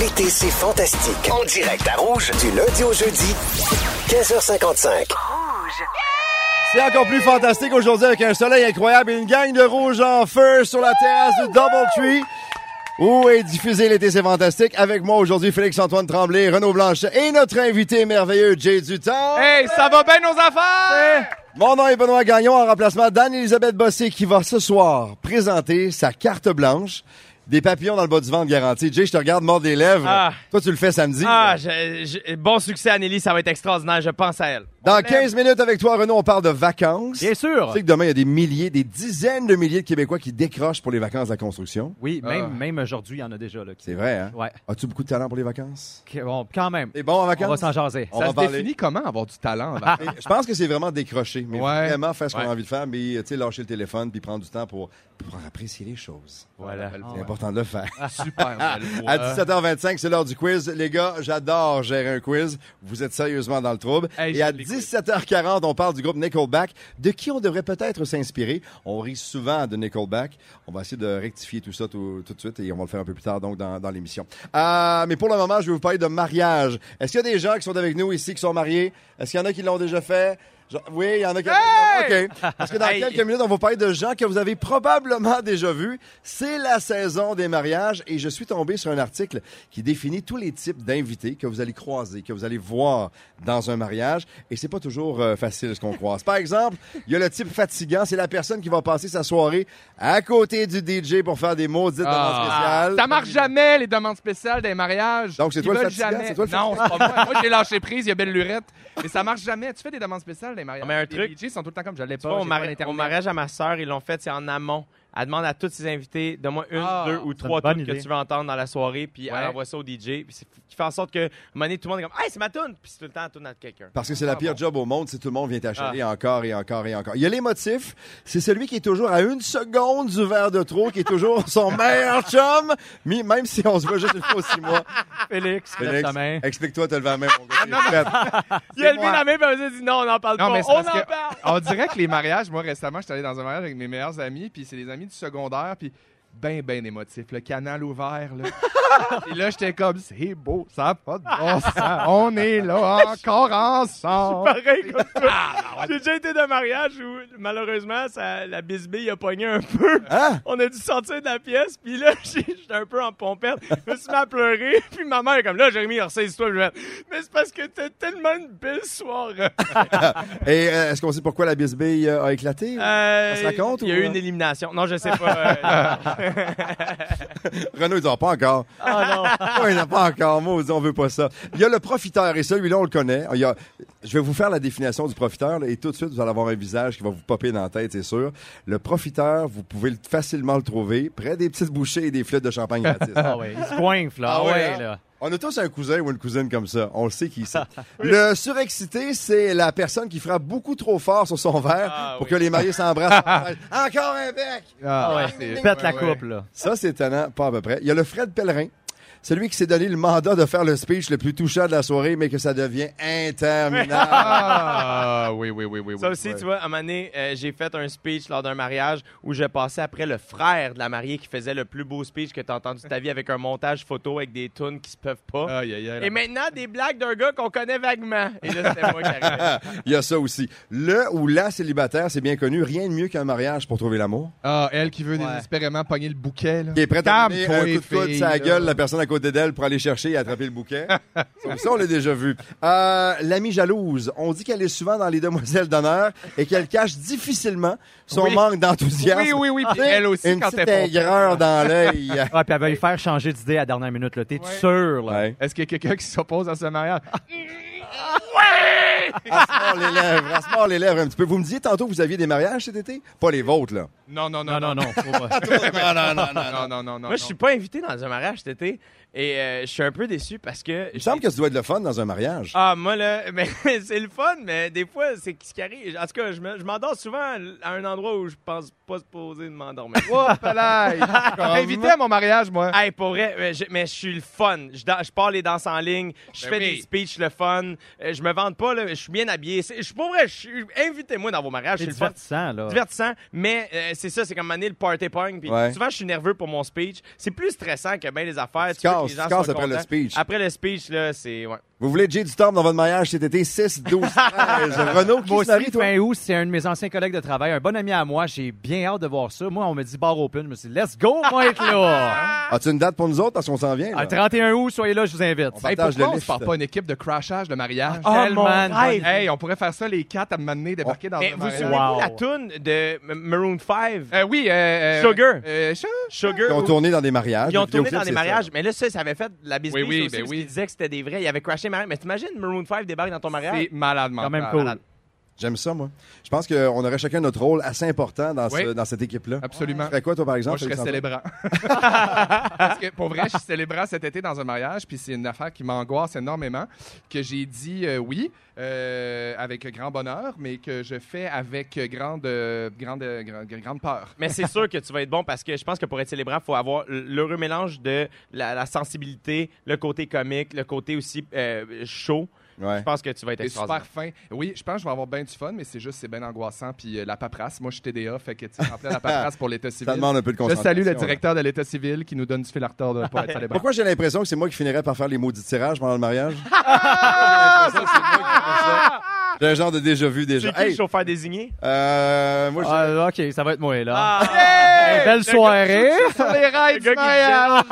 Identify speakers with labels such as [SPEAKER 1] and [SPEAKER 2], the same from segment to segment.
[SPEAKER 1] L'été, c'est fantastique. En direct à Rouge, du lundi au jeudi, 15h55.
[SPEAKER 2] C'est encore plus fantastique aujourd'hui avec un soleil incroyable et une gang de rouge en feu sur la terrasse du Double Tree. Où est diffusé l'été, c'est fantastique. Avec moi aujourd'hui, Félix-Antoine Tremblay, Renaud Blanchet et notre invité merveilleux, Jay Dutan.
[SPEAKER 3] Hey, ça va bien nos affaires?
[SPEAKER 2] Mon nom est Benoît Gagnon en remplacement d'Anne-Elisabeth Bossé qui va ce soir présenter sa carte blanche des papillons dans le bas du ventre garanti. Jay, je te regarde mort des lèvres.
[SPEAKER 3] Ah.
[SPEAKER 2] Toi, tu le fais samedi.
[SPEAKER 3] Ah, je- je- bon succès, Anneli, ça va être extraordinaire, je pense à elle.
[SPEAKER 2] Dans 15 minutes avec toi, Renaud, on parle de vacances. Tu
[SPEAKER 3] Bien
[SPEAKER 4] Ah.
[SPEAKER 3] sûr!
[SPEAKER 2] sais que demain, il y a des milliers, des dizaines de milliers de Québécois qui décrochent pour les vacances de la construction.
[SPEAKER 4] Oui, même,
[SPEAKER 3] ah.
[SPEAKER 4] même aujourd'hui, il y en a déjà. Là, qui-
[SPEAKER 2] C'est vrai, hein?
[SPEAKER 4] Ouais.
[SPEAKER 2] As-tu beaucoup de talent pour les vacances?
[SPEAKER 4] Qui- Bon, quand même.
[SPEAKER 2] T'es bon en
[SPEAKER 4] On va
[SPEAKER 2] vacances?
[SPEAKER 4] s'en jaser.
[SPEAKER 2] On
[SPEAKER 3] ça
[SPEAKER 2] va
[SPEAKER 3] se
[SPEAKER 2] parler.
[SPEAKER 3] définit comment avoir du talent? en vacances?
[SPEAKER 2] Je pense que c'est vraiment décrocher, mais
[SPEAKER 3] Ouais.
[SPEAKER 2] vraiment faire ce qu'on
[SPEAKER 3] Ouais.
[SPEAKER 2] a envie de faire, mais tu sais, lâcher le téléphone puis prendre du temps pour, pour apprécier les choses.
[SPEAKER 4] Voilà.
[SPEAKER 2] C'est important de le faire.
[SPEAKER 3] Super,
[SPEAKER 2] À 17h25, c'est l'heure du quiz. Les gars, j'adore gérer un quiz. Vous êtes sérieusement dans le trouble.
[SPEAKER 3] Hey,
[SPEAKER 2] Et à
[SPEAKER 3] j'aime les quiz.
[SPEAKER 2] 17h40, on parle du groupe Nickelback, de qui on devrait peut-être s'inspirer. On rit souvent de Nickelback. On va essayer de rectifier tout ça tout, tout de suite et on va le faire un peu plus tard donc dans, dans l'émission. Euh, mais pour le moment, je vais vous parler de mariage. Est-ce qu'il y a des gens qui sont avec nous ici qui sont mariés? Est-ce qu'il y en a qui l'ont déjà fait? Genre- Oui, il y en a qui
[SPEAKER 3] Hey!
[SPEAKER 2] OK. Parce que dans
[SPEAKER 3] Hey.
[SPEAKER 2] quelques minutes, on va parler de gens que vous avez probablement déjà vus. C'est la saison des mariages et je suis tombé sur un article qui définit tous les types d'invités que vous allez croiser, que vous allez voir dans un mariage. Et c'est pas toujours euh, facile ce qu'on croise. Par exemple, il y a le type fatigant, c'est la personne qui va passer sa soirée à côté du DJ pour faire des maudites demandes
[SPEAKER 3] Ah,
[SPEAKER 2] spéciales.
[SPEAKER 3] ça marche jamais, les demandes spéciales des mariages.
[SPEAKER 2] Donc, c'est
[SPEAKER 3] Ils
[SPEAKER 2] toi le
[SPEAKER 3] veulent
[SPEAKER 2] fatigant,
[SPEAKER 3] jamais.
[SPEAKER 2] c'est toi le
[SPEAKER 3] Non, c'est pas moi. Moi, j'ai lâché prise, il y a belle lurette. Mais ça marche jamais. Tu fais des demandes spéciales des mariages.
[SPEAKER 5] Mais un
[SPEAKER 3] Les
[SPEAKER 5] truc-
[SPEAKER 3] DJ sont tout le temps comme je l'ai
[SPEAKER 5] Tu
[SPEAKER 3] pas.
[SPEAKER 5] vois, au,
[SPEAKER 3] j'ai
[SPEAKER 5] mari-
[SPEAKER 3] pas l'Internet.
[SPEAKER 5] au mariage à ma sœur, ils l'ont fait, c'est en amont. Elle demande à tous ses invités, donne-moi une,
[SPEAKER 3] Ah,
[SPEAKER 5] deux ou
[SPEAKER 4] c'est une
[SPEAKER 5] trois
[SPEAKER 4] bonne
[SPEAKER 5] tunes que
[SPEAKER 4] idée.
[SPEAKER 5] tu veux entendre dans la soirée, puis
[SPEAKER 3] Ouais.
[SPEAKER 5] elle envoie ça au DJ, puis c'est- qui fait en sorte que, à un moment donné, tout le monde est comme, hey, c'est ma tune, puis c'est tout le temps la tune à quelqu'un.
[SPEAKER 2] Parce que c'est la pire job au monde si tout le monde vient t'acheter
[SPEAKER 5] Ah.
[SPEAKER 2] encore et encore et encore. Il y a les motifs. C'est celui qui est toujours à une seconde du verre de trop, qui est toujours son meilleur chum, mais même si on se voit juste une fois aux six mois.
[SPEAKER 4] Félix, lève
[SPEAKER 2] Félix,
[SPEAKER 4] ta main.
[SPEAKER 2] explique-toi, t'as levé la main. mon gars, t'es prête.
[SPEAKER 5] Ah, Il a levé
[SPEAKER 3] moi.
[SPEAKER 5] la main, puis elle a dit, non, on n'en parle
[SPEAKER 3] Non,
[SPEAKER 5] pas.
[SPEAKER 3] mais c'est
[SPEAKER 5] On en
[SPEAKER 3] parce que-
[SPEAKER 5] parle.
[SPEAKER 3] On dirait que les mariages, moi récemment, j'étais allé dans un mariage avec mes meilleurs amis, puis c'est des amis du secondaire, puis ben, ben émotif. Le canal ouvert, là. Et là, j'étais comme, c'est beau, ça a pas de bon sens. On est là encore ensemble. Ah,
[SPEAKER 5] Pareil comme toi.
[SPEAKER 2] Ah.
[SPEAKER 5] J'ai déjà été d'un mariage où, malheureusement, ça- la bisbille a pogné un peu.
[SPEAKER 2] Hein?
[SPEAKER 5] On a dû sortir de la pièce, puis là, j'ai- j'étais un peu en pompette. Je me suis mis à pleurer, puis ma mère est comme là, Jérémy, ressaisis-toi. Je vais, Mais c'est parce que t'as tellement une belle soirée.
[SPEAKER 2] Et euh, est-ce qu'on sait pourquoi la bisbille euh, a éclaté?
[SPEAKER 5] Euh,
[SPEAKER 2] Ça se raconte
[SPEAKER 5] Il y a
[SPEAKER 2] ou,
[SPEAKER 5] eu
[SPEAKER 2] euh?
[SPEAKER 5] une élimination. Non, je sais pas. euh,
[SPEAKER 2] Renaud, il dit, Ah, pas encore. Ouais, il n'a pas encore. Moi, on veut pas ça. Il y a le profiteur, et celui-là, on le connaît. Il y a- Je vais vous faire la définition du profiteur, là, et tout de suite, vous allez avoir un visage qui va vous popper dans la tête, c'est sûr. Le profiteur, vous pouvez le- facilement le trouver près des petites bouchées et des flûtes de champagne gratis.
[SPEAKER 4] Ah ouais, il se coinfle, là.
[SPEAKER 2] Ah
[SPEAKER 4] Ah
[SPEAKER 2] ouais,
[SPEAKER 4] ouais,
[SPEAKER 2] hein?
[SPEAKER 4] là.
[SPEAKER 2] On a tous un cousin ou une cousine comme ça. On le sait qui c'est. Le surexcité, c'est la personne qui frappe beaucoup trop fort sur son verre
[SPEAKER 5] Ah,
[SPEAKER 2] pour
[SPEAKER 5] oui.
[SPEAKER 2] que les mariés s'embrassent. encore un bec!
[SPEAKER 4] Ah ouais,
[SPEAKER 3] c'est-
[SPEAKER 4] pète la
[SPEAKER 3] ouais,
[SPEAKER 4] coupe, là.
[SPEAKER 2] Ça, c'est étonnant, pas à peu près. Il y a le Fred Pellerin, celui qui s'est donné le mandat de faire le speech le plus touchant de la soirée, mais que ça devient interminable.
[SPEAKER 3] Ah, oui, oui, oui, oui.
[SPEAKER 5] ça
[SPEAKER 3] oui,
[SPEAKER 5] aussi,
[SPEAKER 3] oui.
[SPEAKER 5] tu vois, à un moment donné, euh, j'ai fait un speech lors d'un mariage où je passais après le frère de la mariée qui faisait le plus beau speech que t'as entendu de ta vie avec un montage photo avec des tunes qui se peuvent pas.
[SPEAKER 3] Aïe, aïe, aïe,
[SPEAKER 5] Et maintenant, des blagues d'un gars qu'on connaît vaguement. Et là, c'était moi qui arrivais.
[SPEAKER 2] Il y a ça aussi. Le ou la célibataire, c'est bien connu, rien de mieux qu'un mariage pour trouver l'amour.
[SPEAKER 3] Ah, elle qui veut désespérément pogner le bouquet, là.
[SPEAKER 2] Qui est prête à donner un
[SPEAKER 3] Calme-toi,
[SPEAKER 2] coup de coude
[SPEAKER 3] fille,
[SPEAKER 2] sur la
[SPEAKER 3] là.
[SPEAKER 2] gueule la personne à côté d'elle pour aller chercher et attraper le bouquet. Ça aussi, on l'a déjà vu. Euh, L'amie jalouse, on dit qu'elle est souvent dans les demoiselles d'honneur et qu'elle cache difficilement son
[SPEAKER 3] Oui.
[SPEAKER 2] manque d'enthousiasme.
[SPEAKER 3] Oui, oui, oui, puis elle aussi,
[SPEAKER 2] Une
[SPEAKER 3] quand
[SPEAKER 2] petite
[SPEAKER 3] elle font-
[SPEAKER 2] aigreur dans l'œil.
[SPEAKER 4] Ah, puis elle va lui faire changer d'idée à la dernière minute, là. T'es sûr, là?
[SPEAKER 2] Ouais.
[SPEAKER 3] Est-ce qu'il y a quelqu'un qui s'oppose à ce mariage?
[SPEAKER 5] Hey!
[SPEAKER 2] À se mordre les lèvres, à se mordre les lèvres un petit peu. Vous me disiez tantôt que vous aviez des mariages cet été? Pas les vôtres, là.
[SPEAKER 3] Non, non, non,
[SPEAKER 4] Non, non, non. faut pas.
[SPEAKER 2] non, non, non,
[SPEAKER 3] non, non, non, non.
[SPEAKER 5] Moi, je suis pas invité dans un mariage cet été et euh, je suis un peu déçu parce que.
[SPEAKER 2] Il me semble que ça doit être le fun dans un mariage.
[SPEAKER 5] Ah, moi, là, mais c'est le fun, mais des fois, c'est ce qui arrive. En tout cas, je me- je m'endors souvent à un endroit où je pense pas se poser de m'endormir.
[SPEAKER 3] Hop là! Je suis invité à mon mariage, moi.
[SPEAKER 2] Ah,
[SPEAKER 5] Hey, pour vrai, mais je, mais je suis le fun. Je, dan- je pars les danses en ligne, je
[SPEAKER 3] Ben
[SPEAKER 5] fais
[SPEAKER 3] oui.
[SPEAKER 5] des speeches le fun, euh, je me vante pas, là, je suis bien habillé. C'est- Je suis pour vrai, je suis- invitez-moi dans vos mariages,
[SPEAKER 4] C'est
[SPEAKER 5] je suis le fun.
[SPEAKER 4] divertissant, là.
[SPEAKER 5] divertissant, mais euh, c'est ça, c'est comme maner le party punk. Puis
[SPEAKER 2] Ouais.
[SPEAKER 5] souvent, je suis nerveux pour mon speech. C'est plus stressant que bien les affaires.
[SPEAKER 2] Tu
[SPEAKER 5] veux que
[SPEAKER 2] casses,
[SPEAKER 5] les gens
[SPEAKER 2] tu casses
[SPEAKER 5] soient
[SPEAKER 2] après le
[SPEAKER 5] contents.
[SPEAKER 2] speech.
[SPEAKER 5] Après le speech, là, c'est. Ouais.
[SPEAKER 2] Vous voulez Jay du Temple dans votre mariage cet été? 6, 12, 13. Renaud, qui
[SPEAKER 4] Moi
[SPEAKER 2] se marie,
[SPEAKER 4] aussi,
[SPEAKER 2] toi?
[SPEAKER 4] fin août, c'est un de mes anciens collègues de travail, un bon ami à moi. J'ai bien hâte de voir ça. Moi, on me dit bar open. Je me suis dit, let's go, moi être là.
[SPEAKER 2] As-tu une date pour nous autres? Parce qu'on s'en vient, là.
[SPEAKER 4] Ah, 31 août, soyez là, je vous invite.
[SPEAKER 2] On
[SPEAKER 3] Hey,
[SPEAKER 2] partage
[SPEAKER 3] pourquoi
[SPEAKER 2] le
[SPEAKER 3] on se
[SPEAKER 2] lift.
[SPEAKER 3] part pas une équipe de crashage de mariage?
[SPEAKER 4] Ah, tellement
[SPEAKER 5] mon
[SPEAKER 4] bonne
[SPEAKER 5] rêve.
[SPEAKER 3] Hey, on pourrait faire ça les quatre à m'amener débarquer dans
[SPEAKER 5] Mais
[SPEAKER 3] un
[SPEAKER 5] vous
[SPEAKER 3] mariage.
[SPEAKER 5] souvenez-vous
[SPEAKER 4] Wow.
[SPEAKER 5] la toune de M- Maroon 5?
[SPEAKER 3] Euh, oui, euh, euh,
[SPEAKER 5] Sugar.
[SPEAKER 3] euh, Sugar.
[SPEAKER 2] Ils
[SPEAKER 5] Sugar.
[SPEAKER 2] ont
[SPEAKER 5] où-
[SPEAKER 2] tourné dans des mariages.
[SPEAKER 5] Ils ont
[SPEAKER 2] des
[SPEAKER 5] tourné
[SPEAKER 2] vidéoclips,
[SPEAKER 5] dans des
[SPEAKER 2] c'est ça.
[SPEAKER 5] mariages, mais là, ça, ça avait fait de la business
[SPEAKER 3] Oui, oui,
[SPEAKER 5] aussi,
[SPEAKER 3] ben
[SPEAKER 5] parce
[SPEAKER 3] oui.
[SPEAKER 5] qu'ils disaient que c'était des vrais. Ils avaient crashé les mariages. Mais t'imagines, Maroon 5 débarque dans ton mariage?
[SPEAKER 3] C'est malade
[SPEAKER 4] Quand
[SPEAKER 3] mental.
[SPEAKER 4] même cool.
[SPEAKER 2] J'aime ça, moi. Je pense qu'on aurait chacun notre rôle assez important dans,
[SPEAKER 3] Oui.
[SPEAKER 2] ce- dans cette équipe-là.
[SPEAKER 3] Absolument.
[SPEAKER 2] Tu ferais quoi, toi, par exemple?
[SPEAKER 3] Moi, je serais
[SPEAKER 2] Alexandre?
[SPEAKER 3] célébrant. Parce que pour vrai, je suis célébrant cet été dans un mariage, puis c'est une affaire qui m'angoisse énormément, que j'ai dit euh, oui, euh, avec grand bonheur, mais que je fais avec grande, euh, grande, euh, grande, grande peur.
[SPEAKER 5] Mais c'est sûr que tu vas être bon parce que je pense que pour être célébrant, il faut avoir l'heureux mélange de la, la sensibilité, le côté comique, le côté aussi euh, chaud.
[SPEAKER 2] Ouais.
[SPEAKER 5] Je pense que tu vas être
[SPEAKER 3] C'est super
[SPEAKER 5] extraordinaire.
[SPEAKER 3] fin. Oui, je pense que je vais avoir bien du fun, mais c'est juste, c'est bien angoissant. Puis euh, la paperasse, moi, je suis TDA, fait que tu sais, en plein la paperasse pour l'État civil.
[SPEAKER 2] Ça demande un peu de
[SPEAKER 3] Je
[SPEAKER 2] concentration.
[SPEAKER 3] salue le
[SPEAKER 2] là.
[SPEAKER 3] directeur de l'État civil qui nous donne du fil à retordre pour être célébrant.
[SPEAKER 2] Pourquoi j'ai l'impression que c'est moi qui finirais par faire les maudits tirages pendant le mariage? Pourquoi j'ai l'impression que c'est moi qui ferais ça? J'ai un genre de déjà-vu déjà.
[SPEAKER 5] C'est qui
[SPEAKER 2] Hey,
[SPEAKER 5] le chauffeur désigné?
[SPEAKER 2] euh, moi, j'ai-
[SPEAKER 4] Ah, OK, ça va être moi, là.
[SPEAKER 5] Ah!
[SPEAKER 4] Hey, belle soirée.
[SPEAKER 3] les rails
[SPEAKER 5] Le gars qui mariage.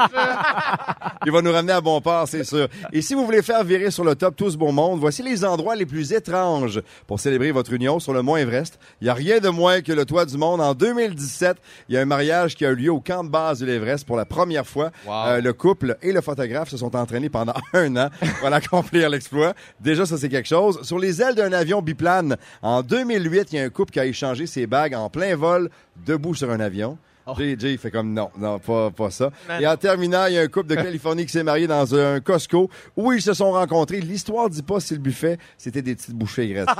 [SPEAKER 2] il va nous ramener à bon port, c'est sûr. Et si vous voulez faire virer sur le top tout ce beau monde, voici les endroits les plus étranges pour célébrer votre union sur le Mont Everest. Il n'y a rien de moins que le toit du monde. En 2017, il y a un mariage qui a eu lieu au camp de base de l'Everest pour la première fois.
[SPEAKER 3] Wow.
[SPEAKER 2] Euh, le couple et le photographe se sont entraînés pendant un an pour accomplir l'exploit. Déjà, ça, c'est quelque chose. Sur les ailes d'un avion biplane, en 2008, il y a un couple qui a échangé ses bagues en plein vol, debout sur un avion. JJ, il fait comme non, non, pas, pas ça.
[SPEAKER 5] Mais
[SPEAKER 2] et en terminant, il y a un couple de Californie qui s'est marié dans un Costco où ils se sont rencontrés. L'histoire dit pas si le buffet, c'était des petites bouchées graissées.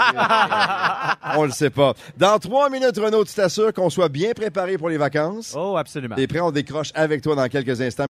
[SPEAKER 2] On le sait pas. Dans trois minutes, Renaud, tu t'assures qu'on soit bien préparé pour les vacances.
[SPEAKER 4] Oh, absolument.
[SPEAKER 2] Et prêt, on décroche avec toi dans quelques instants.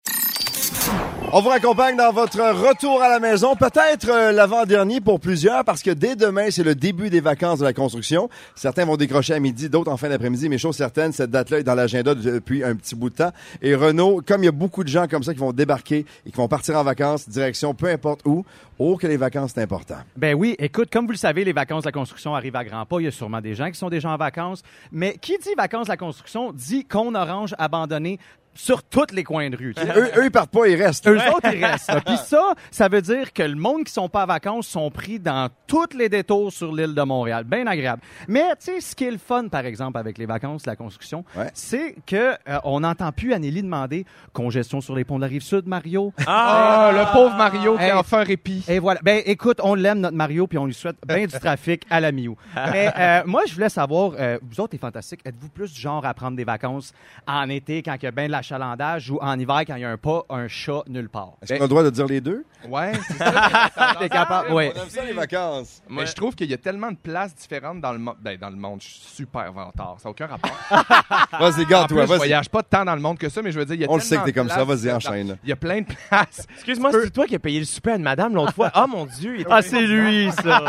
[SPEAKER 2] On vous accompagne dans votre retour à la maison, peut-être euh, l'avant-dernier pour plusieurs, parce que dès demain, c'est le début des vacances de la construction. Certains vont décrocher à midi, d'autres en fin d'après-midi, mais chose certaine, cette date-là est dans l'agenda depuis un petit bout de temps. Et Renault, comme il y a beaucoup de gens comme ça qui vont débarquer et qui vont partir en vacances, direction peu importe où, oh que les vacances, c'est important.
[SPEAKER 4] Ben oui, écoute, comme vous le savez, les vacances de la construction arrivent à grands pas. Il y a sûrement des gens qui sont déjà en vacances. Mais qui dit vacances de la construction dit qu'on orange abandonné sur tous les coins de rue. tu sais.
[SPEAKER 2] Eux, eux, ils partent pas, ils restent.
[SPEAKER 4] Eux autres, ils restent. là. Puis ça, ça veut dire que le monde qui sont pas en vacances sont pris dans tous les détours sur l'île de Montréal. Bien agréable. Mais tu sais, ce qui est le fun, par exemple, avec les vacances, la construction,
[SPEAKER 2] Ouais.
[SPEAKER 4] c'est que euh, on n'entend plus Anneli demander congestion sur les ponts de la rive sud, Mario. Euh,
[SPEAKER 3] Ah, le pauvre Mario qui
[SPEAKER 4] Hey.
[SPEAKER 3] a enfin répit.
[SPEAKER 4] Et voilà. Ben, écoute, on l'aime, notre Mario, puis on lui souhaite bien du trafic à la Miou. Mais euh, moi, je voulais savoir, euh, vous autres, les fantastiques, êtes-vous plus du genre à prendre des vacances en été quand il y a bien de l'achalandage ou en hiver quand il y a un pas, un chat nulle part?
[SPEAKER 2] Est-ce qu'on a le droit de dire les deux?
[SPEAKER 3] Ouais, c'est ça.
[SPEAKER 4] T'es capable?
[SPEAKER 5] Ah,
[SPEAKER 4] Ouais.
[SPEAKER 2] aime ça, les vacances.
[SPEAKER 3] Mais je trouve qu'il y a tellement de places différentes dans le monde. Ben, dans le monde, je suis super vantard. Ça n'a aucun rapport.
[SPEAKER 2] Vas-y,
[SPEAKER 3] En plus,
[SPEAKER 2] garde-toi,
[SPEAKER 3] je
[SPEAKER 2] vas-y.
[SPEAKER 3] voyage pas tant dans le monde que ça, mais je veux dire, il y a
[SPEAKER 2] On le sait que
[SPEAKER 3] tellement
[SPEAKER 2] t'es
[SPEAKER 3] de
[SPEAKER 2] comme ça,
[SPEAKER 3] places
[SPEAKER 2] vas-y,
[SPEAKER 3] dans-
[SPEAKER 2] enchaîne.
[SPEAKER 3] Il y a plein de places.
[SPEAKER 5] Excuse-moi, c'est toi qui as payé le souper à une madame l'autre fois. Ah, mon Dieu! il-
[SPEAKER 4] Ah, c'est lui, ça!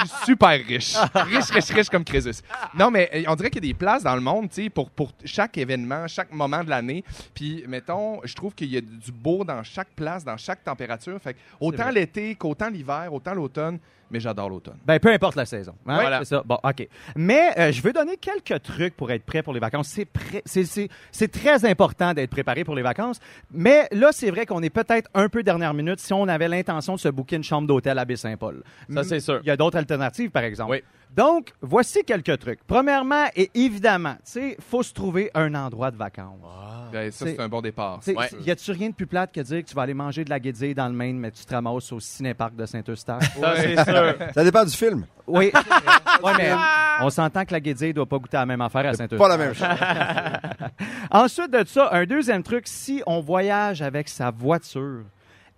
[SPEAKER 3] Je suis super riche. Riche, riche, riche comme Crésus. Non, mais euh, on dirait qu'il y a des places dans le monde, tu sais, pour, pour chaque événement, chaque moment de l'année. Puis, mettons, je trouve qu'il y a du beau dans chaque place, dans chaque température. Fait que autant
[SPEAKER 4] vrai.
[SPEAKER 3] l'été qu'autant l'hiver, autant l'automne, mais j'adore l'automne.
[SPEAKER 4] Ben, peu importe la saison. hein,
[SPEAKER 3] Voilà.
[SPEAKER 4] C'est ça. Bon, OK. Mais euh, je veux donner quelques trucs pour être prêt pour les vacances. C'est prêt- c'est- c'est- c'est très important d'être préparé pour les vacances. Mais là, c'est vrai qu'on est peut-être un peu dernière minute si on avait l'intention de se booker une chambre d'hôtel à Baie-Saint-Paul.
[SPEAKER 5] Ça, c'est sûr.
[SPEAKER 4] Il y a d'autres alternatives, par exemple.
[SPEAKER 5] Oui.
[SPEAKER 4] Donc, voici quelques trucs. Premièrement, et évidemment, tu sais, faut se trouver un endroit de vacances.
[SPEAKER 3] Ben, ça,
[SPEAKER 4] C'est-
[SPEAKER 3] c'est un bon départ.
[SPEAKER 4] Tu sais,
[SPEAKER 5] Ah, Ouais.
[SPEAKER 4] Y a-tu rien de plus plate que dire que tu vas aller manger de la guédille dans le Maine, mais tu te ramasses au ciné-parc de Saint-Eustache?
[SPEAKER 5] Ça, c'est sûr. sûr.
[SPEAKER 2] Ça dépend du film.
[SPEAKER 4] Oui. Ouais, mais on s'entend que la guédille doit pas goûter à la même affaire à saint
[SPEAKER 2] Pas la même chose.
[SPEAKER 4] Ensuite de ça, un deuxième truc, si on voyage avec sa voiture,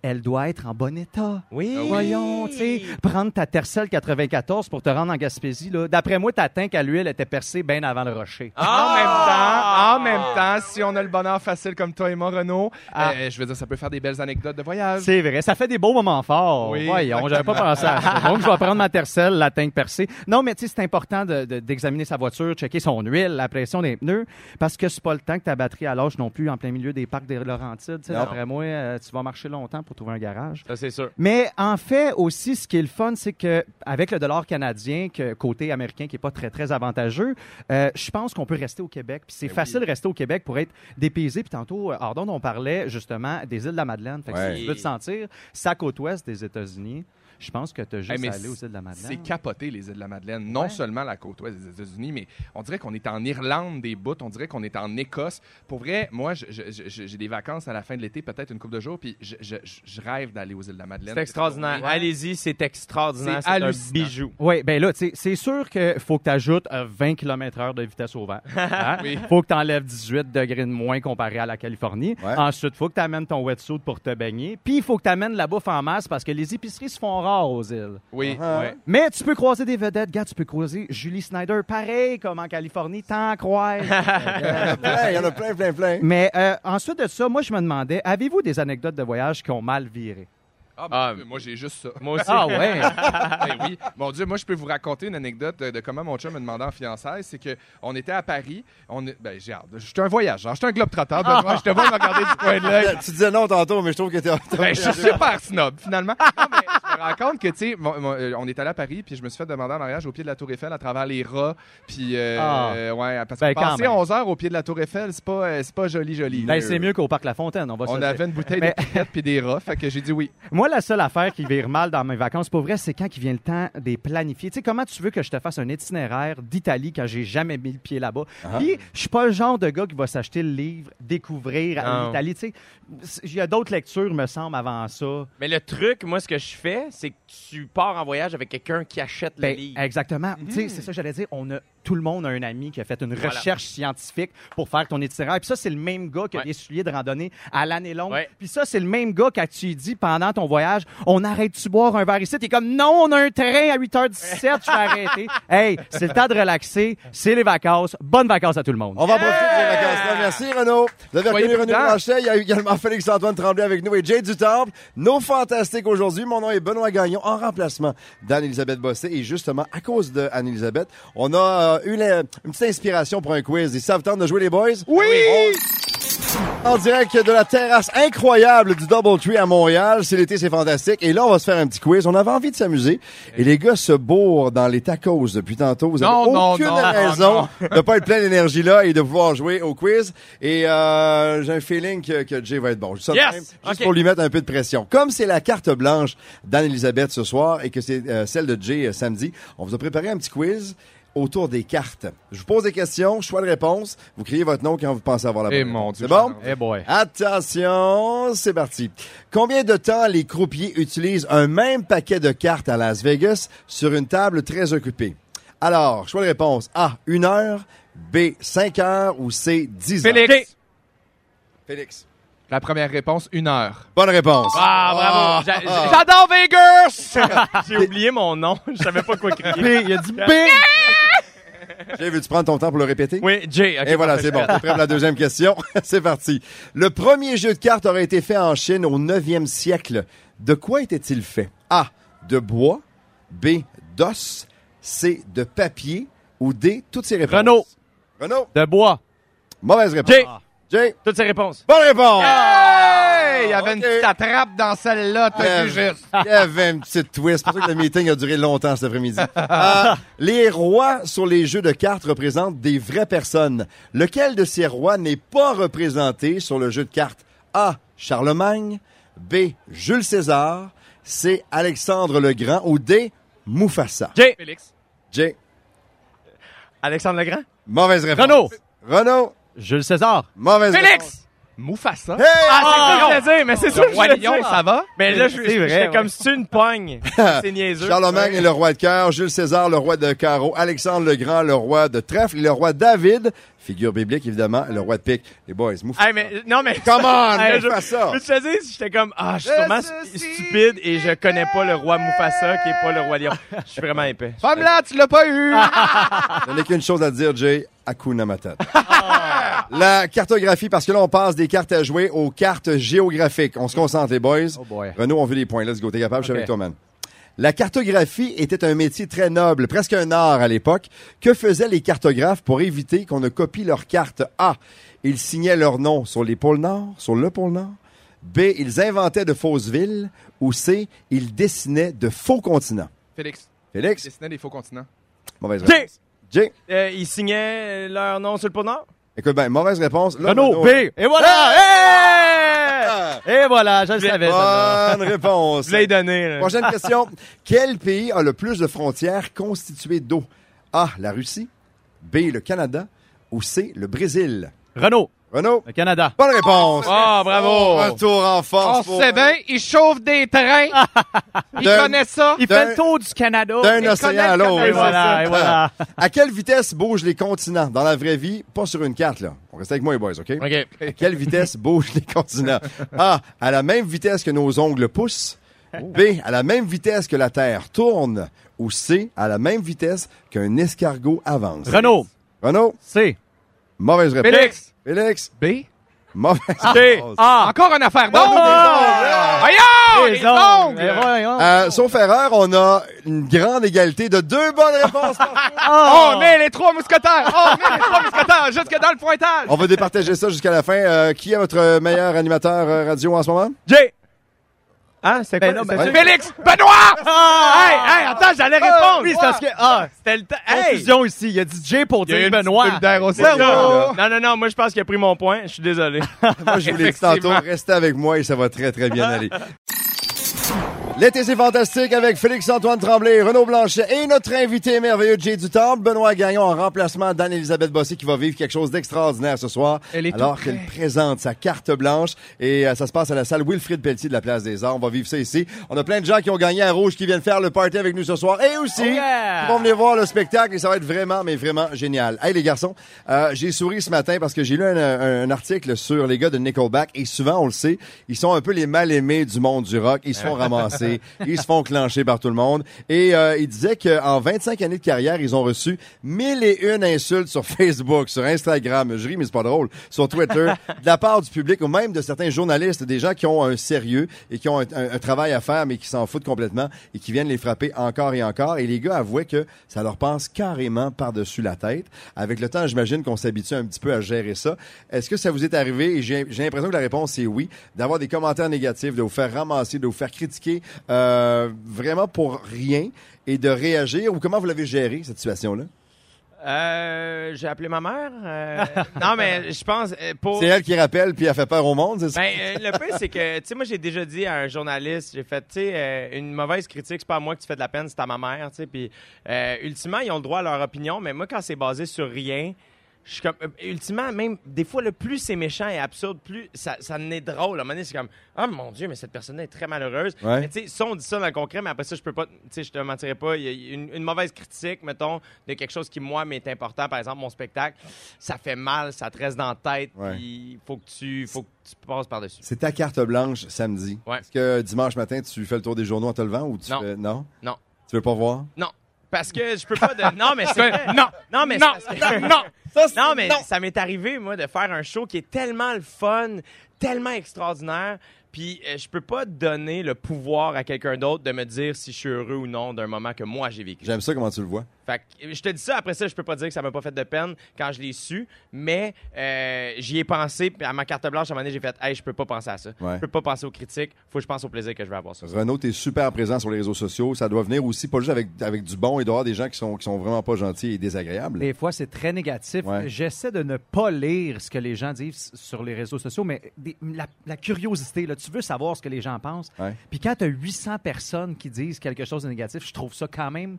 [SPEAKER 4] elle doit être en bon état. Ah,
[SPEAKER 5] Oui.
[SPEAKER 4] Voyons, tu sais, prendre ta Tercel 94 pour te rendre en Gaspésie, là. D'après moi, ta tank à l'huile était percée bien avant le rocher. Ah!
[SPEAKER 3] En même temps, en même temps, si on a le bonheur facile comme toi et moi, Renaud,
[SPEAKER 4] Ah.
[SPEAKER 3] euh, je veux dire, ça peut faire des belles anecdotes de voyage.
[SPEAKER 4] C'est vrai, ça fait des beaux moments forts.
[SPEAKER 3] Oui,
[SPEAKER 4] Voyons, j'avais pas pensé à ça. Donc, je vais prendre ma tercelle, la teinte percée. Non, mais tu sais, c'est important de- de- d'examiner sa voiture, checker son huile, la pression des pneus, parce que c'est pas le temps que ta batterie à lâche non plus en plein milieu des parcs des Laurentides. Tu sais, D'après moi, euh, tu vas marcher longtemps pour trouver un garage.
[SPEAKER 5] Ça, c'est sûr.
[SPEAKER 4] Mais en fait, aussi, ce qui est le fun, c'est que avec le dollar canadien, que côté américain qui est pas très très avantageux, euh, je pense qu'on peut rester au Québec. Puis c'est
[SPEAKER 3] Ben
[SPEAKER 4] facile de rester au Québec pour être dépaysé. Puis tantôt, euh, Ardon, on parlait justement des îles de la Madeleine. Fait que
[SPEAKER 2] Ouais.
[SPEAKER 4] si tu veux te sentir, ça côte ouest des États-Unis. Je pense que tu as
[SPEAKER 3] Hey,
[SPEAKER 4] juste
[SPEAKER 3] mais
[SPEAKER 4] à aller aux îles de la Madeleine.
[SPEAKER 3] C'est capoté, les îles de la Madeleine. Non seulement la côte ouest des États-Unis, mais on dirait qu'on est en Irlande des bouts, on dirait qu'on est en Écosse. Pour vrai, moi, je- je- je- j'ai des vacances à la fin de l'été, peut-être une couple de jours, puis je, je- je rêve d'aller aux îles de la Madeleine.
[SPEAKER 5] C'est extraordinaire. Allez-y, c'est extraordinaire.
[SPEAKER 3] C'est
[SPEAKER 5] C'est un
[SPEAKER 3] hallucinant.
[SPEAKER 5] bijou.
[SPEAKER 4] Oui, ben là, tu sais, c'est sûr qu'il faut que euh, tu ajoutes 20 km/h de vitesse au vent. Hein?
[SPEAKER 3] Oui.
[SPEAKER 4] faut que tu enlèves 18 degrés de moins comparé à la Californie.
[SPEAKER 2] Ouais.
[SPEAKER 4] Ensuite, faut que tu amènes ton wetsuit pour te baigner. Puis, il faut que tu amènes la bouffe en masse parce que les épiceries se font rares aux îles.
[SPEAKER 3] Oui,
[SPEAKER 2] Ah.
[SPEAKER 3] ouais.
[SPEAKER 4] Mais tu peux croiser des vedettes. Gars, tu peux croiser Julie Snyder. Pareil comme en Californie, t'en croises.
[SPEAKER 2] Plein, il y en a plein, plein, plein.
[SPEAKER 4] Mais euh, ensuite de ça, moi, je me demandais, avez-vous des anecdotes de voyage qui ont mal viré? Ah
[SPEAKER 3] Ah, mon
[SPEAKER 5] Ah.
[SPEAKER 3] Dieu, moi, j'ai juste ça.
[SPEAKER 5] Moi aussi.
[SPEAKER 4] ouais?
[SPEAKER 3] Ben oui. Mon Dieu, moi, je peux vous raconter une anecdote de, de comment mon chum me demandait en fiançailles. C'est que on était à Paris. On, est- ben, j'ai hâte. Je suis un voyageur. Je suis un globe-trotteur.
[SPEAKER 4] Ah.
[SPEAKER 3] Benoît, je te vois me regarder du coin de l'œil.
[SPEAKER 2] Tu disais non tantôt, mais je trouve que t'es.
[SPEAKER 3] Ben, je suis super snob, finalement. Non, mais je me rends compte que, tu sais, mon- mon- euh, on est allé à Paris, puis je me suis fait demander en mariage au pied de la Tour Eiffel à travers les rats. Puis, euh,
[SPEAKER 4] Ah.
[SPEAKER 3] euh, ouais, parce que
[SPEAKER 4] Ben, quand
[SPEAKER 3] passer
[SPEAKER 4] même.
[SPEAKER 3] 11 heures au pied de la Tour Eiffel, c'est pas, euh, c'est pas joli, joli.
[SPEAKER 4] Ben, c'est mieux qu'au Parc La Fontaine, on va se
[SPEAKER 3] On
[SPEAKER 4] le dire.
[SPEAKER 3] avait une bouteille
[SPEAKER 4] Mais-
[SPEAKER 3] de piquettes puis des rats, fait que j'ai dit oui.
[SPEAKER 4] Moi, la seule affaire qui vire mal dans mes vacances, pour vrai, c'est quand il vient le temps des planifier. Tu sais, comment tu veux que je te fasse un itinéraire d'Italie quand j'ai jamais mis le pied là-bas? Puis, je suis pas le genre de gars qui va s'acheter le livre, découvrir
[SPEAKER 5] Non.
[SPEAKER 4] l'Italie. Tu sais, il y a d'autres lectures, me semble, avant ça.
[SPEAKER 5] Mais le truc, moi, ce que je fais, c'est que tu pars en voyage avec quelqu'un qui achète le
[SPEAKER 4] Ben,
[SPEAKER 5] livre. Mm.
[SPEAKER 4] exactement. Tu sais, c'est ça que j'allais dire. On a, tout le monde a un ami qui a fait une recherche scientifique pour faire ton itinéraire. Puis ça, c'est le même gars qui a
[SPEAKER 5] Ouais.
[SPEAKER 4] des souliers de randonnée à l'année longue.
[SPEAKER 5] Ouais.
[SPEAKER 4] Puis ça, c'est le même gars quand tu lui dis pendant ton voyage, on arrête-tu boire un verre ici? T'es comme, non, on a un train à 8h17, je vais arrêter. Hey, c'est le temps de relaxer. C'est les vacances. Bonnes vacances à tout le monde.
[SPEAKER 2] On va en profiter de ces vacances-là. Merci, Renaud. Vous avez
[SPEAKER 3] Soyez
[SPEAKER 2] reconnu Renaud
[SPEAKER 3] prudents.
[SPEAKER 2] Blanchet. Il y a également Félix-Antoine Tremblay avec nous et Jay Dutemple. Nos fantastiques aujourd'hui. Mon nom est Benoît Gagnon en remplacement d'Anne-Elisabeth Bossé. Et justement, à cause de Anne-Elisabeth, on a euh, eu la- une petite inspiration pour un quiz. Ils savent tant de jouer les boys? Oui! En direct de la terrasse incroyable du Double Tree à Montréal. C'est l'été, c'est fantastique. Et là, on va se faire un petit quiz. On avait envie de s'amuser. Et les gars se bourrent dans les tacos depuis tantôt. Vous avez
[SPEAKER 3] Non, non,
[SPEAKER 2] aucune
[SPEAKER 3] non,
[SPEAKER 2] raison
[SPEAKER 3] non.
[SPEAKER 2] de pas être plein d'énergie là et de pouvoir jouer au quiz. Et euh, j'ai un feeling que, que Jay va être bon. Je dis ça de
[SPEAKER 5] Yes!
[SPEAKER 2] même, juste
[SPEAKER 5] Ok.
[SPEAKER 2] pour lui mettre un peu de pression. Comme c'est la carte blanche d'Anne-Elisabeth ce soir et que c'est euh, celle de Jay euh, samedi, on vous a préparé un petit quiz autour des cartes. Je vous pose des questions, choix de réponse. Vous criez votre nom quand vous pensez avoir la
[SPEAKER 4] Ah
[SPEAKER 2] bonne
[SPEAKER 3] Eh
[SPEAKER 2] réponse.
[SPEAKER 3] mon
[SPEAKER 2] C'est
[SPEAKER 3] Dieu.
[SPEAKER 2] bon?
[SPEAKER 4] ben, Eh boy.
[SPEAKER 2] Attention, c'est parti. Combien de temps les croupiers utilisent un même paquet de cartes à Las Vegas sur une table très occupée? Alors, choix de réponse. A, une heure. B, 5 heures. Ou C, 10 heures.
[SPEAKER 3] Félix!
[SPEAKER 2] Félix.
[SPEAKER 3] La première réponse, une heure.
[SPEAKER 2] Bonne réponse.
[SPEAKER 5] Ah, bravo! J'a- j'a- J'adore Vegas! J'ai oublié mon nom. Je savais pas quoi crier.
[SPEAKER 4] Il y a du B.
[SPEAKER 2] Jay, veux-tu prendre ton temps pour le répéter?
[SPEAKER 5] Oui, Jay. ok,
[SPEAKER 2] Et voilà,
[SPEAKER 5] parfait,
[SPEAKER 2] c'est bon. T'es prêt pour la deuxième question? c'est parti. Le premier jeu de cartes aurait été fait en Chine au 9e siècle. De quoi était-il fait? A. De bois. B. D'os. C. De papier. Ou D. Toutes ces réponses.
[SPEAKER 4] Renaud.
[SPEAKER 2] Renaud.
[SPEAKER 4] De bois. Ah.
[SPEAKER 2] Mauvaise réponse.
[SPEAKER 5] Ah. Jay,
[SPEAKER 2] Jay.
[SPEAKER 5] toutes ces réponses.
[SPEAKER 2] Bonne réponse.
[SPEAKER 3] Hey, il y avait une
[SPEAKER 2] Ah, ok.
[SPEAKER 3] petite attrape dans celle-là, t'as vu
[SPEAKER 2] Euh,
[SPEAKER 3] juste.
[SPEAKER 2] Il y avait une petite twist. C'est pour ça que le meeting a duré longtemps cet après-midi. Euh, les rois sur les jeux de cartes représentent des vraies personnes. Lequel de ces rois n'est pas représenté sur le jeu de cartes? A. Charlemagne. B. Jules César. C. Alexandre le Grand. Ou D. Mufasa.
[SPEAKER 5] Jay,
[SPEAKER 3] Félix.
[SPEAKER 2] Jay.
[SPEAKER 5] Alexandre Legrand.
[SPEAKER 2] Mauvaise réponse.
[SPEAKER 4] Renaud.
[SPEAKER 2] Renaud.
[SPEAKER 4] Jules César.
[SPEAKER 2] Mauvaise réponse.
[SPEAKER 5] Félix!
[SPEAKER 3] Mufasa.
[SPEAKER 2] Hey!
[SPEAKER 5] Ah, c'est ça que je voulais dire, mais c'est ça que
[SPEAKER 3] Le
[SPEAKER 5] je
[SPEAKER 3] roi
[SPEAKER 5] voulais
[SPEAKER 3] lion,
[SPEAKER 5] dire.
[SPEAKER 3] ça va?
[SPEAKER 5] Mais là, je
[SPEAKER 4] C'est vrai,
[SPEAKER 5] j'étais
[SPEAKER 4] ouais.
[SPEAKER 5] comme si tu une pogne. c'est niaiseux.
[SPEAKER 2] Charlemagne est le roi de cœur, Jules César le roi de carreau, Alexandre le Grand le roi de trèfle et le roi David, figure biblique évidemment, le roi de pique. Les boys, move.
[SPEAKER 5] Hey, mais, non, mais.
[SPEAKER 2] Come on,
[SPEAKER 5] Hey,
[SPEAKER 2] je fais ça.
[SPEAKER 5] Mais tu sais, j'étais comme, ah, je suis sûrement stu- stupide et je connais pas le roi Mufasa qui est pas le roi lion. Je suis vraiment épais.
[SPEAKER 3] Femme là, tu l'as pas eu!
[SPEAKER 4] Ah,
[SPEAKER 2] Je n'ai qu'une chose à te dire, Jay. Hakuna Matata. La cartographie, parce que là, on passe des cartes à jouer aux cartes géographiques. On se concentre, les boys.
[SPEAKER 4] Oh boy.
[SPEAKER 2] Renaud, on veut les points. Let's go. T'es capable? Je suis
[SPEAKER 4] Ok.
[SPEAKER 2] avec toi, man. La cartographie était un métier très noble, presque un art à l'époque. Que faisaient les cartographes pour éviter qu'on ne copie leurs cartes? A. Ils signaient leur nom sur les pôles Nord, sur le pôle Nord. B. Ils inventaient de fausses villes. Ou C. Ils dessinaient de faux continents.
[SPEAKER 3] Félix,
[SPEAKER 2] Félix,
[SPEAKER 3] dessinait des faux continents.
[SPEAKER 2] mauvaise
[SPEAKER 5] Jay!
[SPEAKER 2] réponse. Jay.
[SPEAKER 5] Euh, ils signaient leur nom sur le pôle Nord?
[SPEAKER 2] Écoute, ben, mauvaise réponse. Là, Ah,
[SPEAKER 4] Renaud, ben, B. Et voilà! Hey! Et voilà, je le savais. celle-là.
[SPEAKER 2] Bonne réponse.
[SPEAKER 5] Je l'ai donné, là.
[SPEAKER 2] Prochaine question. Quel pays a le plus de frontières constituées d'eau? A, la Russie. B, le Canada. Ou C, le Brésil?
[SPEAKER 4] Renaud,
[SPEAKER 2] Renaud?
[SPEAKER 4] le Canada.
[SPEAKER 2] Bonne réponse.
[SPEAKER 5] Ah, bravo!
[SPEAKER 2] Retour en
[SPEAKER 3] On
[SPEAKER 4] Ah,
[SPEAKER 2] force. pour-
[SPEAKER 3] sait bien, ils chauffent des trains. Ils
[SPEAKER 2] D'un-
[SPEAKER 3] connaissent ça.
[SPEAKER 4] Il
[SPEAKER 2] D'un-
[SPEAKER 4] fait le tour du Canada.
[SPEAKER 2] D'un
[SPEAKER 3] connaît
[SPEAKER 2] océan à
[SPEAKER 3] le
[SPEAKER 2] l'autre.
[SPEAKER 3] Canada.
[SPEAKER 4] Et voilà, et voilà.
[SPEAKER 2] À quelle vitesse bougent les continents dans la vraie vie? Pas sur une carte, là. On reste avec moi, les boys, OK?
[SPEAKER 5] OK.
[SPEAKER 2] À quelle vitesse bougent les continents? A. À la même vitesse que nos ongles poussent. B. À la même vitesse que la Terre tourne. Ou C. À la même vitesse qu'un escargot avance.
[SPEAKER 4] Renaud,
[SPEAKER 2] Renaud,
[SPEAKER 4] C.
[SPEAKER 2] mauvaise réponse.
[SPEAKER 3] Félix.
[SPEAKER 2] Félix,
[SPEAKER 3] B.
[SPEAKER 2] mauvaise
[SPEAKER 5] Jay!
[SPEAKER 2] réponse.
[SPEAKER 4] Ah!
[SPEAKER 3] Encore une affaire
[SPEAKER 2] Bravo,
[SPEAKER 3] d'ongles. Ah!
[SPEAKER 2] les ongles!
[SPEAKER 5] Oh,
[SPEAKER 3] Voyons!
[SPEAKER 4] Les
[SPEAKER 3] Les
[SPEAKER 4] ongles. Eh,
[SPEAKER 3] ongles!
[SPEAKER 4] voyons.
[SPEAKER 2] hein? Euh, sauf erreur, on a une grande égalité de deux bonnes réponses.
[SPEAKER 4] Ah!
[SPEAKER 3] On met les trois mousquetaires! On met les trois mousquetaires jusque dans le pointage!
[SPEAKER 2] on va départager ça jusqu'à la fin. Euh, qui est votre meilleur animateur euh, radio en ce moment?
[SPEAKER 5] Jay! Hein? C'était
[SPEAKER 4] Ben
[SPEAKER 5] quoi?
[SPEAKER 4] non, ben-
[SPEAKER 5] C'était-
[SPEAKER 2] Ouais.
[SPEAKER 3] Félix! Benoît!
[SPEAKER 5] Hey, hey, attends, j'allais répondre!
[SPEAKER 4] Euh, Oui, c'est parce que. Ah!
[SPEAKER 5] C'était le temps. Hey!
[SPEAKER 4] Confusion ici. Il y a dit J pour
[SPEAKER 5] y a eu
[SPEAKER 4] dire
[SPEAKER 5] une petite
[SPEAKER 4] Benoît.
[SPEAKER 5] bulle d'air au
[SPEAKER 2] cerveau.
[SPEAKER 5] cerveau. Non, non, non, moi je pense qu'il a pris mon point. Je suis désolé.
[SPEAKER 2] Moi, je vous l'ai dit tantôt, restez avec moi et ça va très, très bien aller. L'été, c'est fantastique avec Félix-Antoine Tremblay, Renaud Blanchet et notre invité merveilleux Jay Dutemple, Benoît Gagnon en remplacement d'Anne-Élisabeth Bossé qui va vivre quelque chose d'extraordinaire ce soir.
[SPEAKER 3] Elle est
[SPEAKER 2] alors
[SPEAKER 3] tout
[SPEAKER 2] qu'elle présente sa carte blanche et euh, ça se passe à la salle Wilfrid Pelletier de la Place des Arts. On va vivre ça ici. On a plein de gens qui ont gagné à Rouge qui viennent faire le party avec nous ce soir et aussi
[SPEAKER 4] Oh yeah!
[SPEAKER 2] qui vont venir voir le spectacle et ça va être vraiment, mais vraiment génial. Hey les garçons, euh, j'ai souri ce matin parce que j'ai lu un, un- un article sur les gars de Nickelback et souvent, on le sait, ils sont un peu les mal-aimés du monde du rock. Ils se font ramasser, ils se font clencher par tout le monde. Et euh, ils disaient qu'en 25 années de carrière, ils ont reçu mille et une insultes sur Facebook, sur Instagram, je ris, mais c'est pas drôle, sur Twitter, de la part du public ou même de certains journalistes, des gens qui ont un sérieux et qui ont un, un- un travail à faire, mais qui s'en foutent complètement et qui viennent les frapper encore et encore. Et les gars avouaient que ça leur passe carrément par-dessus la tête. Avec le temps, j'imagine qu'on s'habitue un petit peu à gérer ça. Est-ce que ça vous est arrivé, et j'ai j'ai l'impression que la réponse est oui, d'avoir des commentaires négatifs, de vous faire ramasser, de vous faire critiquer euh, vraiment pour rien et de réagir, ou comment vous l'avez géré, cette situation-là?
[SPEAKER 5] Euh, j'ai appelé ma mère. euh, non, mais je pense euh, pour.
[SPEAKER 2] C'est elle qui rappelle, puis elle fait peur au monde, c'est ça?
[SPEAKER 5] Ben, euh, le pire, c'est que, tu sais, moi, j'ai déjà dit à un journaliste, j'ai fait, tu sais, euh, une mauvaise critique, c'est pas à moi que tu fais de la peine, c'est à ma mère, tu sais. Puis, euh, ultimement, ils ont le droit à leur opinion, mais moi, quand c'est basé sur rien, je suis comme, euh, ultimement, même, des fois, le plus c'est méchant et absurde, plus ça, ça en est drôle. À un moment donné, c'est comme, oh mon Dieu, mais cette personne-là est très malheureuse.
[SPEAKER 2] Ouais.
[SPEAKER 5] Mais tu sais, ça, on dit ça dans le concret, mais après ça, je peux pas, tu sais, je te mentirais pas. Il y a une, une mauvaise critique, mettons, de quelque chose qui, moi, m'est important, par exemple, mon spectacle, ça fait mal, ça te reste dans la tête,
[SPEAKER 2] Ouais.
[SPEAKER 5] puis faut que tu, faut que tu passes par-dessus.
[SPEAKER 2] C'est ta carte blanche samedi.
[SPEAKER 5] Ouais.
[SPEAKER 2] Est-ce que dimanche matin, tu fais le tour des journaux en te levant ou tu
[SPEAKER 5] Non.
[SPEAKER 2] fais- Non?
[SPEAKER 5] Non.
[SPEAKER 2] Tu veux pas voir?
[SPEAKER 5] Non. Parce que je peux pas de. Non, mais c'est. vrai. Non! Non, mais
[SPEAKER 3] Non.
[SPEAKER 5] c'est parce que-
[SPEAKER 3] Non.
[SPEAKER 5] Non, mais ça m'est arrivé, moi, de faire un show qui est tellement le fun, tellement extraordinaire. Puis euh, je peux pas donner le pouvoir à quelqu'un d'autre de me dire si je suis heureux ou non d'un moment que moi j'ai vécu.
[SPEAKER 2] J'aime ça comment tu le vois.
[SPEAKER 5] Fait que, euh, je te dis ça, après ça, je peux pas dire que ça m'a pas fait de peine quand je l'ai su, mais euh, j'y ai pensé, puis à ma carte blanche, à un moment donné, j'ai fait, hey, je peux pas penser à ça.
[SPEAKER 2] Ouais.
[SPEAKER 5] Je peux pas penser aux critiques, faut que je pense au plaisir que je vais avoir ça.
[SPEAKER 2] Renaud, t'es super présent sur les réseaux sociaux. Ça doit venir aussi, pas juste avec, avec du bon et dehors des gens qui sont, qui sont vraiment pas gentils et désagréables.
[SPEAKER 4] Des fois, c'est très négatif.
[SPEAKER 2] Ouais.
[SPEAKER 4] J'essaie de ne pas lire ce que les gens disent sur les réseaux sociaux, mais des- la, la curiosité, là, tu veux savoir ce que les gens pensent.
[SPEAKER 2] Ouais.
[SPEAKER 4] Puis quand tu as 800 personnes qui disent quelque chose de négatif, je trouve ça quand même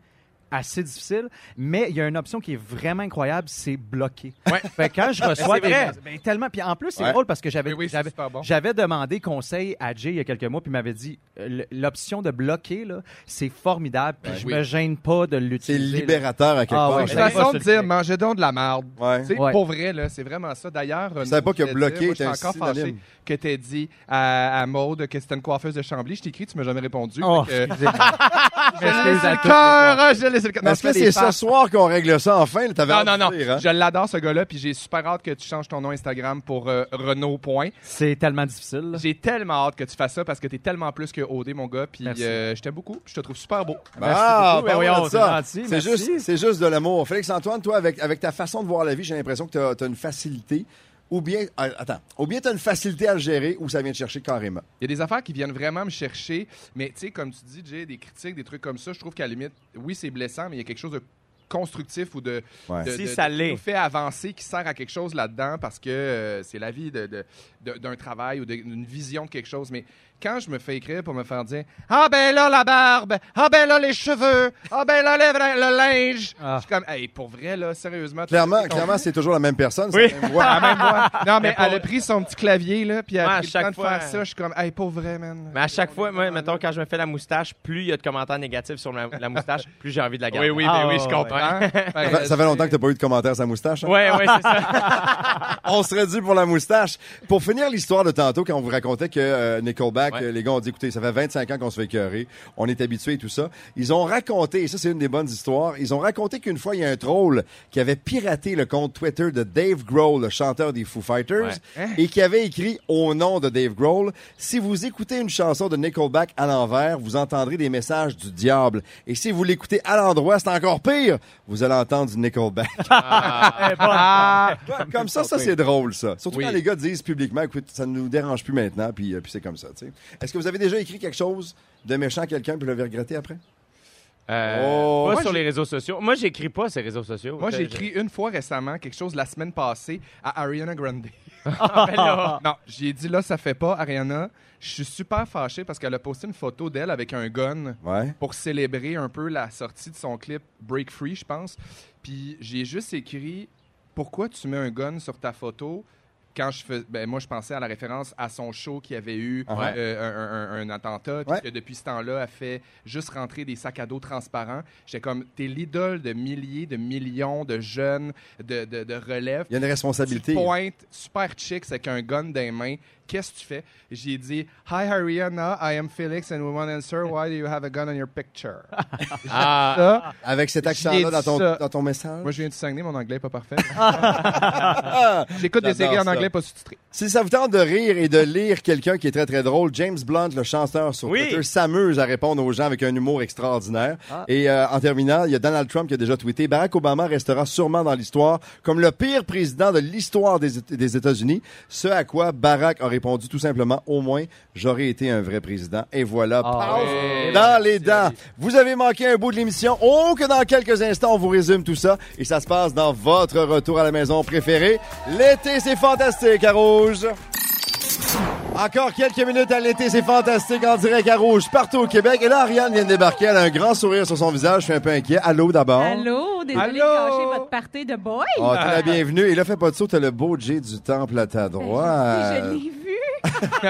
[SPEAKER 4] assez difficile, mais il y a une option qui est vraiment incroyable, c'est bloquer.
[SPEAKER 5] Ouais.
[SPEAKER 4] Fait que quand je reçois
[SPEAKER 5] c'est
[SPEAKER 4] des-
[SPEAKER 5] vrai.
[SPEAKER 4] ben, tellement puis en plus c'est
[SPEAKER 2] Ouais.
[SPEAKER 4] drôle parce que j'avais
[SPEAKER 3] Eh Oui, oui, c'est
[SPEAKER 4] j'avais-
[SPEAKER 3] super bon.
[SPEAKER 4] j'avais demandé conseil à Jay il y a quelques mois puis il m'avait dit euh, le- l'option de bloquer là, c'est formidable puis
[SPEAKER 3] Ouais.
[SPEAKER 4] je
[SPEAKER 3] Oui.
[SPEAKER 4] me gêne pas de
[SPEAKER 2] C'est
[SPEAKER 4] l'utiliser. là.
[SPEAKER 2] libérateur à quelque
[SPEAKER 4] Ah
[SPEAKER 2] part.
[SPEAKER 4] oui,
[SPEAKER 2] je
[SPEAKER 4] je
[SPEAKER 3] C'est une
[SPEAKER 2] savais
[SPEAKER 4] savais
[SPEAKER 3] façon
[SPEAKER 4] pas
[SPEAKER 3] de
[SPEAKER 4] sur le
[SPEAKER 3] dire,
[SPEAKER 4] fait.
[SPEAKER 3] mangez donc de la merde.
[SPEAKER 2] pas. Ouais.
[SPEAKER 3] Tu sais,
[SPEAKER 4] Ouais.
[SPEAKER 3] Pour vrai, là, c'est vraiment ça. D'ailleurs, Renaud,
[SPEAKER 2] savais pas que
[SPEAKER 3] je voulais
[SPEAKER 2] bloquer
[SPEAKER 3] dire, moi, je suis
[SPEAKER 2] était
[SPEAKER 3] encore fâché
[SPEAKER 2] synonyme.
[SPEAKER 3] que t'aies dit à, à Maude que c'était une coiffeuse de Chambly. Je t'ai écrit, tu m'as jamais répondu.
[SPEAKER 4] Oh,
[SPEAKER 3] Fait que-
[SPEAKER 4] excusez-moi.
[SPEAKER 3] Je laisse
[SPEAKER 4] Excuse à
[SPEAKER 3] le
[SPEAKER 4] toutes
[SPEAKER 3] cœur, je laisse le cœur. Non,
[SPEAKER 2] Est-ce
[SPEAKER 3] je
[SPEAKER 2] que
[SPEAKER 3] fais
[SPEAKER 2] c'est
[SPEAKER 3] des
[SPEAKER 2] ce
[SPEAKER 3] farces.
[SPEAKER 2] soir qu'on règle ça enfin? là? T'avais
[SPEAKER 3] Non,
[SPEAKER 2] hâte
[SPEAKER 3] non,
[SPEAKER 2] de
[SPEAKER 3] non.
[SPEAKER 2] dire, hein?
[SPEAKER 3] Je l'adore, ce gars-là, puis j'ai super hâte que tu changes ton nom Instagram pour euh, Renaud Point.
[SPEAKER 4] C'est tellement difficile. là.
[SPEAKER 3] J'ai tellement hâte que tu fasses ça parce que t'es tellement plus que OD, mon gars, puis
[SPEAKER 4] Merci.
[SPEAKER 3] euh, je t'aime beaucoup, puis je te trouve super beau.
[SPEAKER 2] Ah,
[SPEAKER 4] beaucoup,
[SPEAKER 2] parlons
[SPEAKER 4] ben voyons,
[SPEAKER 2] de ça.
[SPEAKER 4] c'est gentil,
[SPEAKER 2] C'est
[SPEAKER 4] merci.
[SPEAKER 2] juste, c'est juste de l'amour. Félix-Antoine, toi, avec, avec ta façon de voir la vie, j'ai l'impression que t'as as une facilité. Ou bien, ah, attends, ou bien t'as une facilité à le gérer ou ça vient te chercher carrément.
[SPEAKER 3] Il y a des affaires qui viennent vraiment me chercher, mais tu sais, comme tu dis, Jay, des critiques, des trucs comme ça, je trouve qu'à la limite, oui, c'est blessant, mais il y a quelque chose de constructif ou de,
[SPEAKER 2] Ouais.
[SPEAKER 3] de-
[SPEAKER 5] Si
[SPEAKER 3] de-
[SPEAKER 5] ça
[SPEAKER 3] de-
[SPEAKER 5] l'est.
[SPEAKER 3] nous fait avancer, qui sert à quelque chose là-dedans parce que euh, c'est la vie de- de- de- d'un travail ou de- d'une vision de quelque chose. Mais quand je me fais écrire pour me faire dire Ah ben là la barbe, ah ben là les cheveux, ah ben là le, le linge,
[SPEAKER 4] Ah.
[SPEAKER 3] je suis comme Hey, pour vrai là, sérieusement.
[SPEAKER 2] Clairement,
[SPEAKER 3] t'as- t'as-
[SPEAKER 2] clairement, c'est toujours la même personne. c'est
[SPEAKER 5] Oui.
[SPEAKER 2] la même voix.
[SPEAKER 3] Ah, même moi. Non, mais,
[SPEAKER 5] Mais pour-
[SPEAKER 3] elle a pris son petit clavier, là, puis elle a
[SPEAKER 5] Ouais, à
[SPEAKER 3] pris le
[SPEAKER 5] chaque
[SPEAKER 3] temps de
[SPEAKER 5] fois,
[SPEAKER 3] faire
[SPEAKER 5] euh,
[SPEAKER 3] ça. Je suis comme, hey, pour vrai, man.
[SPEAKER 5] Mais à chaque fois, moi, mettons, quand je me fais la moustache, plus il y a de commentaires négatifs sur ma- la moustache, plus j'ai envie de la garder.
[SPEAKER 3] Oui, oui,
[SPEAKER 4] Ah,
[SPEAKER 3] ben oui, je
[SPEAKER 4] ouais.
[SPEAKER 3] comprends.
[SPEAKER 2] Ça fait- Ça fait longtemps que
[SPEAKER 3] tu
[SPEAKER 2] t'as pas eu de commentaire sur la moustache. hein?
[SPEAKER 5] Ouais, ouais, c'est ça.
[SPEAKER 2] On serait dû pour la moustache. Pour finir l'histoire de tantôt, quand on vous racontait que euh, Nickelback,
[SPEAKER 5] Ouais.
[SPEAKER 2] euh, les gars ont dit, écoutez, ça fait 25 ans qu'on se fait écœurer, on est habitué et tout ça. Ils ont raconté, et ça c'est une des bonnes histoires, ils ont raconté qu'une fois, il y a un troll qui avait piraté le compte Twitter de Dave Grohl, le chanteur des Foo Fighters, et qui avait écrit au nom de Dave Grohl, si vous écoutez une chanson de Nickelback à l'envers, vous entendrez des messages du diable. Et si vous l'écoutez à l'endroit, c'est encore pire, vous allez entendre du Nickelback. Ouais, comme ça, ça c'est drôle, ça. Surtout
[SPEAKER 3] Oui.
[SPEAKER 2] quand les gars disent publiquement, écoute, ça ne nous dérange plus maintenant, puis, euh, puis c'est comme ça, tu sais. Est-ce que vous avez déjà écrit quelque chose de méchant à quelqu'un, puis vous l'avez regretté après?
[SPEAKER 5] Euh,
[SPEAKER 2] Oh,
[SPEAKER 5] pas
[SPEAKER 3] moi,
[SPEAKER 5] sur
[SPEAKER 3] j'ai-
[SPEAKER 5] les réseaux sociaux. Moi, j'écris pas ces réseaux sociaux.
[SPEAKER 3] Moi,
[SPEAKER 5] Je-
[SPEAKER 3] j'ai écrit une fois récemment quelque chose la semaine passée à Ariana Grande.
[SPEAKER 5] Ben là.
[SPEAKER 3] Non, j'ai dit là, ça fait pas, Ariana. Je suis super fâché parce qu'elle a posté une photo d'elle avec un gun
[SPEAKER 2] Ouais.
[SPEAKER 3] pour célébrer un peu la sortie de son clip Break Free, je pense. Puis j'ai juste écrit pourquoi tu mets un gun sur ta photo quand je fais ben moi je pensais à la référence à son show qui avait eu
[SPEAKER 2] Ah ouais.
[SPEAKER 3] euh, un, un- un- un attentat puis
[SPEAKER 2] Ouais.
[SPEAKER 3] que depuis ce temps-là a fait juste rentrer des sacs à dos transparents j'étais comme t'es l'idole de milliers de millions de jeunes de, de, de relèves
[SPEAKER 2] Il y a une
[SPEAKER 3] tu
[SPEAKER 2] responsabilité.
[SPEAKER 3] te pointes, super chicks avec un gun dans les mains. Qu'est-ce que tu fais? J'ai dit Hi Ariana, I am Felix and we want to answer why do you have a gun on your picture?
[SPEAKER 5] Ah,
[SPEAKER 3] Ça,
[SPEAKER 2] Avec cet
[SPEAKER 3] J'ai
[SPEAKER 2] accent-là
[SPEAKER 3] dit
[SPEAKER 2] dans ton,
[SPEAKER 3] ça.
[SPEAKER 2] dans ton message.
[SPEAKER 3] moi je viens de Saguenay, mon anglais est pas parfait.
[SPEAKER 2] Ah!
[SPEAKER 3] J'écoute des
[SPEAKER 2] J'adore
[SPEAKER 3] séries en
[SPEAKER 2] ça.
[SPEAKER 3] anglais pas sous-titrées.
[SPEAKER 2] Si ça vous tente de rire et de lire quelqu'un qui est très très drôle, James Blunt, le chanteur sur
[SPEAKER 5] Oui.
[SPEAKER 2] Twitter, s'amuse à répondre aux gens avec un humour extraordinaire. Et euh, en terminant, il y a Donald Trump qui a déjà tweeté Barack Obama restera sûrement dans l'histoire comme le pire président de l'histoire des, Éta- des États-Unis. Ce à quoi Barack a répondu tout simplement au moins j'aurais été un vrai président. Et voilà.
[SPEAKER 4] Ah,
[SPEAKER 2] paf,
[SPEAKER 3] ouais.
[SPEAKER 2] Dans les dents. Vous avez manqué un bout de l'émission. Oh, que dans quelques instants, on vous résume tout ça. Et ça se passe dans votre retour à la maison préférée. L'été, c'est fantastique à Rouge. Encore quelques minutes à l'été, c'est fantastique en direct à Rouge partout au Québec. Et là, Ariane vient de débarquer, elle a un grand sourire sur son visage, je suis un peu inquiet. Allô d'abord.
[SPEAKER 6] Allô, désolé de
[SPEAKER 3] Allô?
[SPEAKER 6] gâcher votre party de boy.
[SPEAKER 2] Oh, t'es la bienvenue. Et là, fais pas de saut, t'as le beau J du temple à ta
[SPEAKER 6] Ben, je-
[SPEAKER 2] droite.
[SPEAKER 6] Je l'ai vu.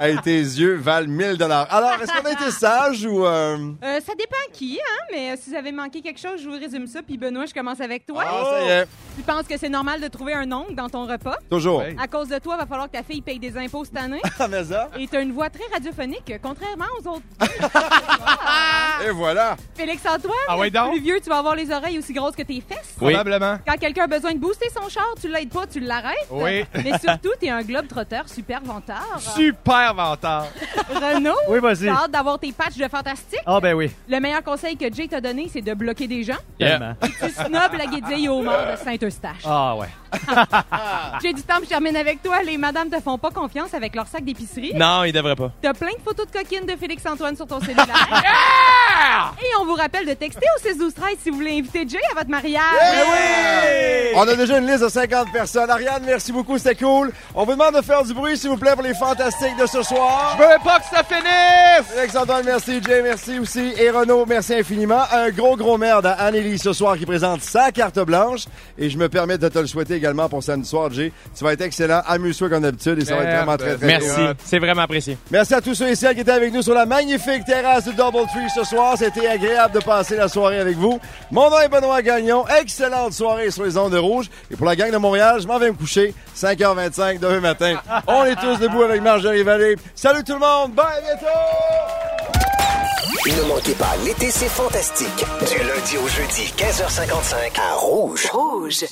[SPEAKER 2] Hey, tes yeux valent 1000 dollars. Alors, est-ce qu'on a été sage ou... euh,
[SPEAKER 6] Euh, ça dépend qui, hein, mais euh, si vous avez manqué quelque chose, je vous résume ça. Puis Benoît, je commence avec toi.
[SPEAKER 2] Ah, ça y est.
[SPEAKER 6] Tu penses que c'est normal de trouver un ongle dans ton repas?
[SPEAKER 2] Toujours.
[SPEAKER 3] Hey.
[SPEAKER 6] À cause de toi, va falloir que ta fille paye des impôts cette année.
[SPEAKER 2] Ah, mais ça.
[SPEAKER 6] Et t'as une voix très radiophonique, euh, contrairement aux autres.
[SPEAKER 2] Et voilà.
[SPEAKER 6] Félix-Antoine,
[SPEAKER 3] Ah ouais, donc?
[SPEAKER 6] plus vieux, tu vas avoir les oreilles aussi grosses que tes fesses.
[SPEAKER 5] Oui.
[SPEAKER 3] Probablement.
[SPEAKER 6] Quand quelqu'un a besoin de booster son char, tu l'aides pas, tu l'arrêtes.
[SPEAKER 3] Oui.
[SPEAKER 6] Mais surtout, t'es un globe-trotteur super vantard.
[SPEAKER 3] Super vantard.
[SPEAKER 6] Renaud,
[SPEAKER 4] Oui, vas-y.
[SPEAKER 6] t'as hâte d'avoir tes patchs de fantastique.
[SPEAKER 4] Ah ben oui,
[SPEAKER 6] Le meilleur conseil que Jay t'a donné, c'est de bloquer des gens.
[SPEAKER 4] tellement.
[SPEAKER 6] Tu snobes la guédille au mort de Saint-Eustache.
[SPEAKER 4] Ah ouais.
[SPEAKER 5] Ah.
[SPEAKER 6] J'ai du temps, je termine avec toi. Les madames te font pas confiance avec leur sac d'épicerie.
[SPEAKER 5] Non, il devrait pas.
[SPEAKER 6] T'as plein de photos de coquines de Félix-Antoine sur ton cellulaire. Et on vous rappelle de texter au 6 12 13 si vous voulez inviter Jay à votre mariage.
[SPEAKER 2] On a déjà une liste de 50 personnes. Ariane, merci beaucoup, c'était cool. On vous demande de faire du bruit, s'il vous plaît, pour les fantastiques de ce soir.
[SPEAKER 3] Je veux pas que ça finisse!
[SPEAKER 2] Alexandre, merci. Jay, merci aussi. Et Renaud, merci infiniment. Un gros, gros merde à Anneli ce soir qui présente sa carte blanche. Et je me permets de te le souhaiter également pour samedi soir, Jay. Tu vas être excellent. Amuse-toi comme d'habitude et ça va être vraiment très, hein. très
[SPEAKER 5] Merci,
[SPEAKER 2] bien.
[SPEAKER 5] c'est vraiment apprécié.
[SPEAKER 2] Merci à tous ceux et celles qui étaient avec nous sur la magnifique terrasse du Double Tree ce soir. C'était agréable de passer la soirée avec vous. Mon nom est Benoît Gagnon. Excellente soirée sur les ondes de rouge. Et pour la gang de Montréal, je m'en vais me coucher. 5h25 demain matin. On est tous debout avec Marjorie Vallée. Salut tout le monde. Bye à bientôt.
[SPEAKER 1] Ne manquez pas, l'été, c'est fantastique. Du lundi au jeudi, 15h55, à Rouge.
[SPEAKER 7] Rouge.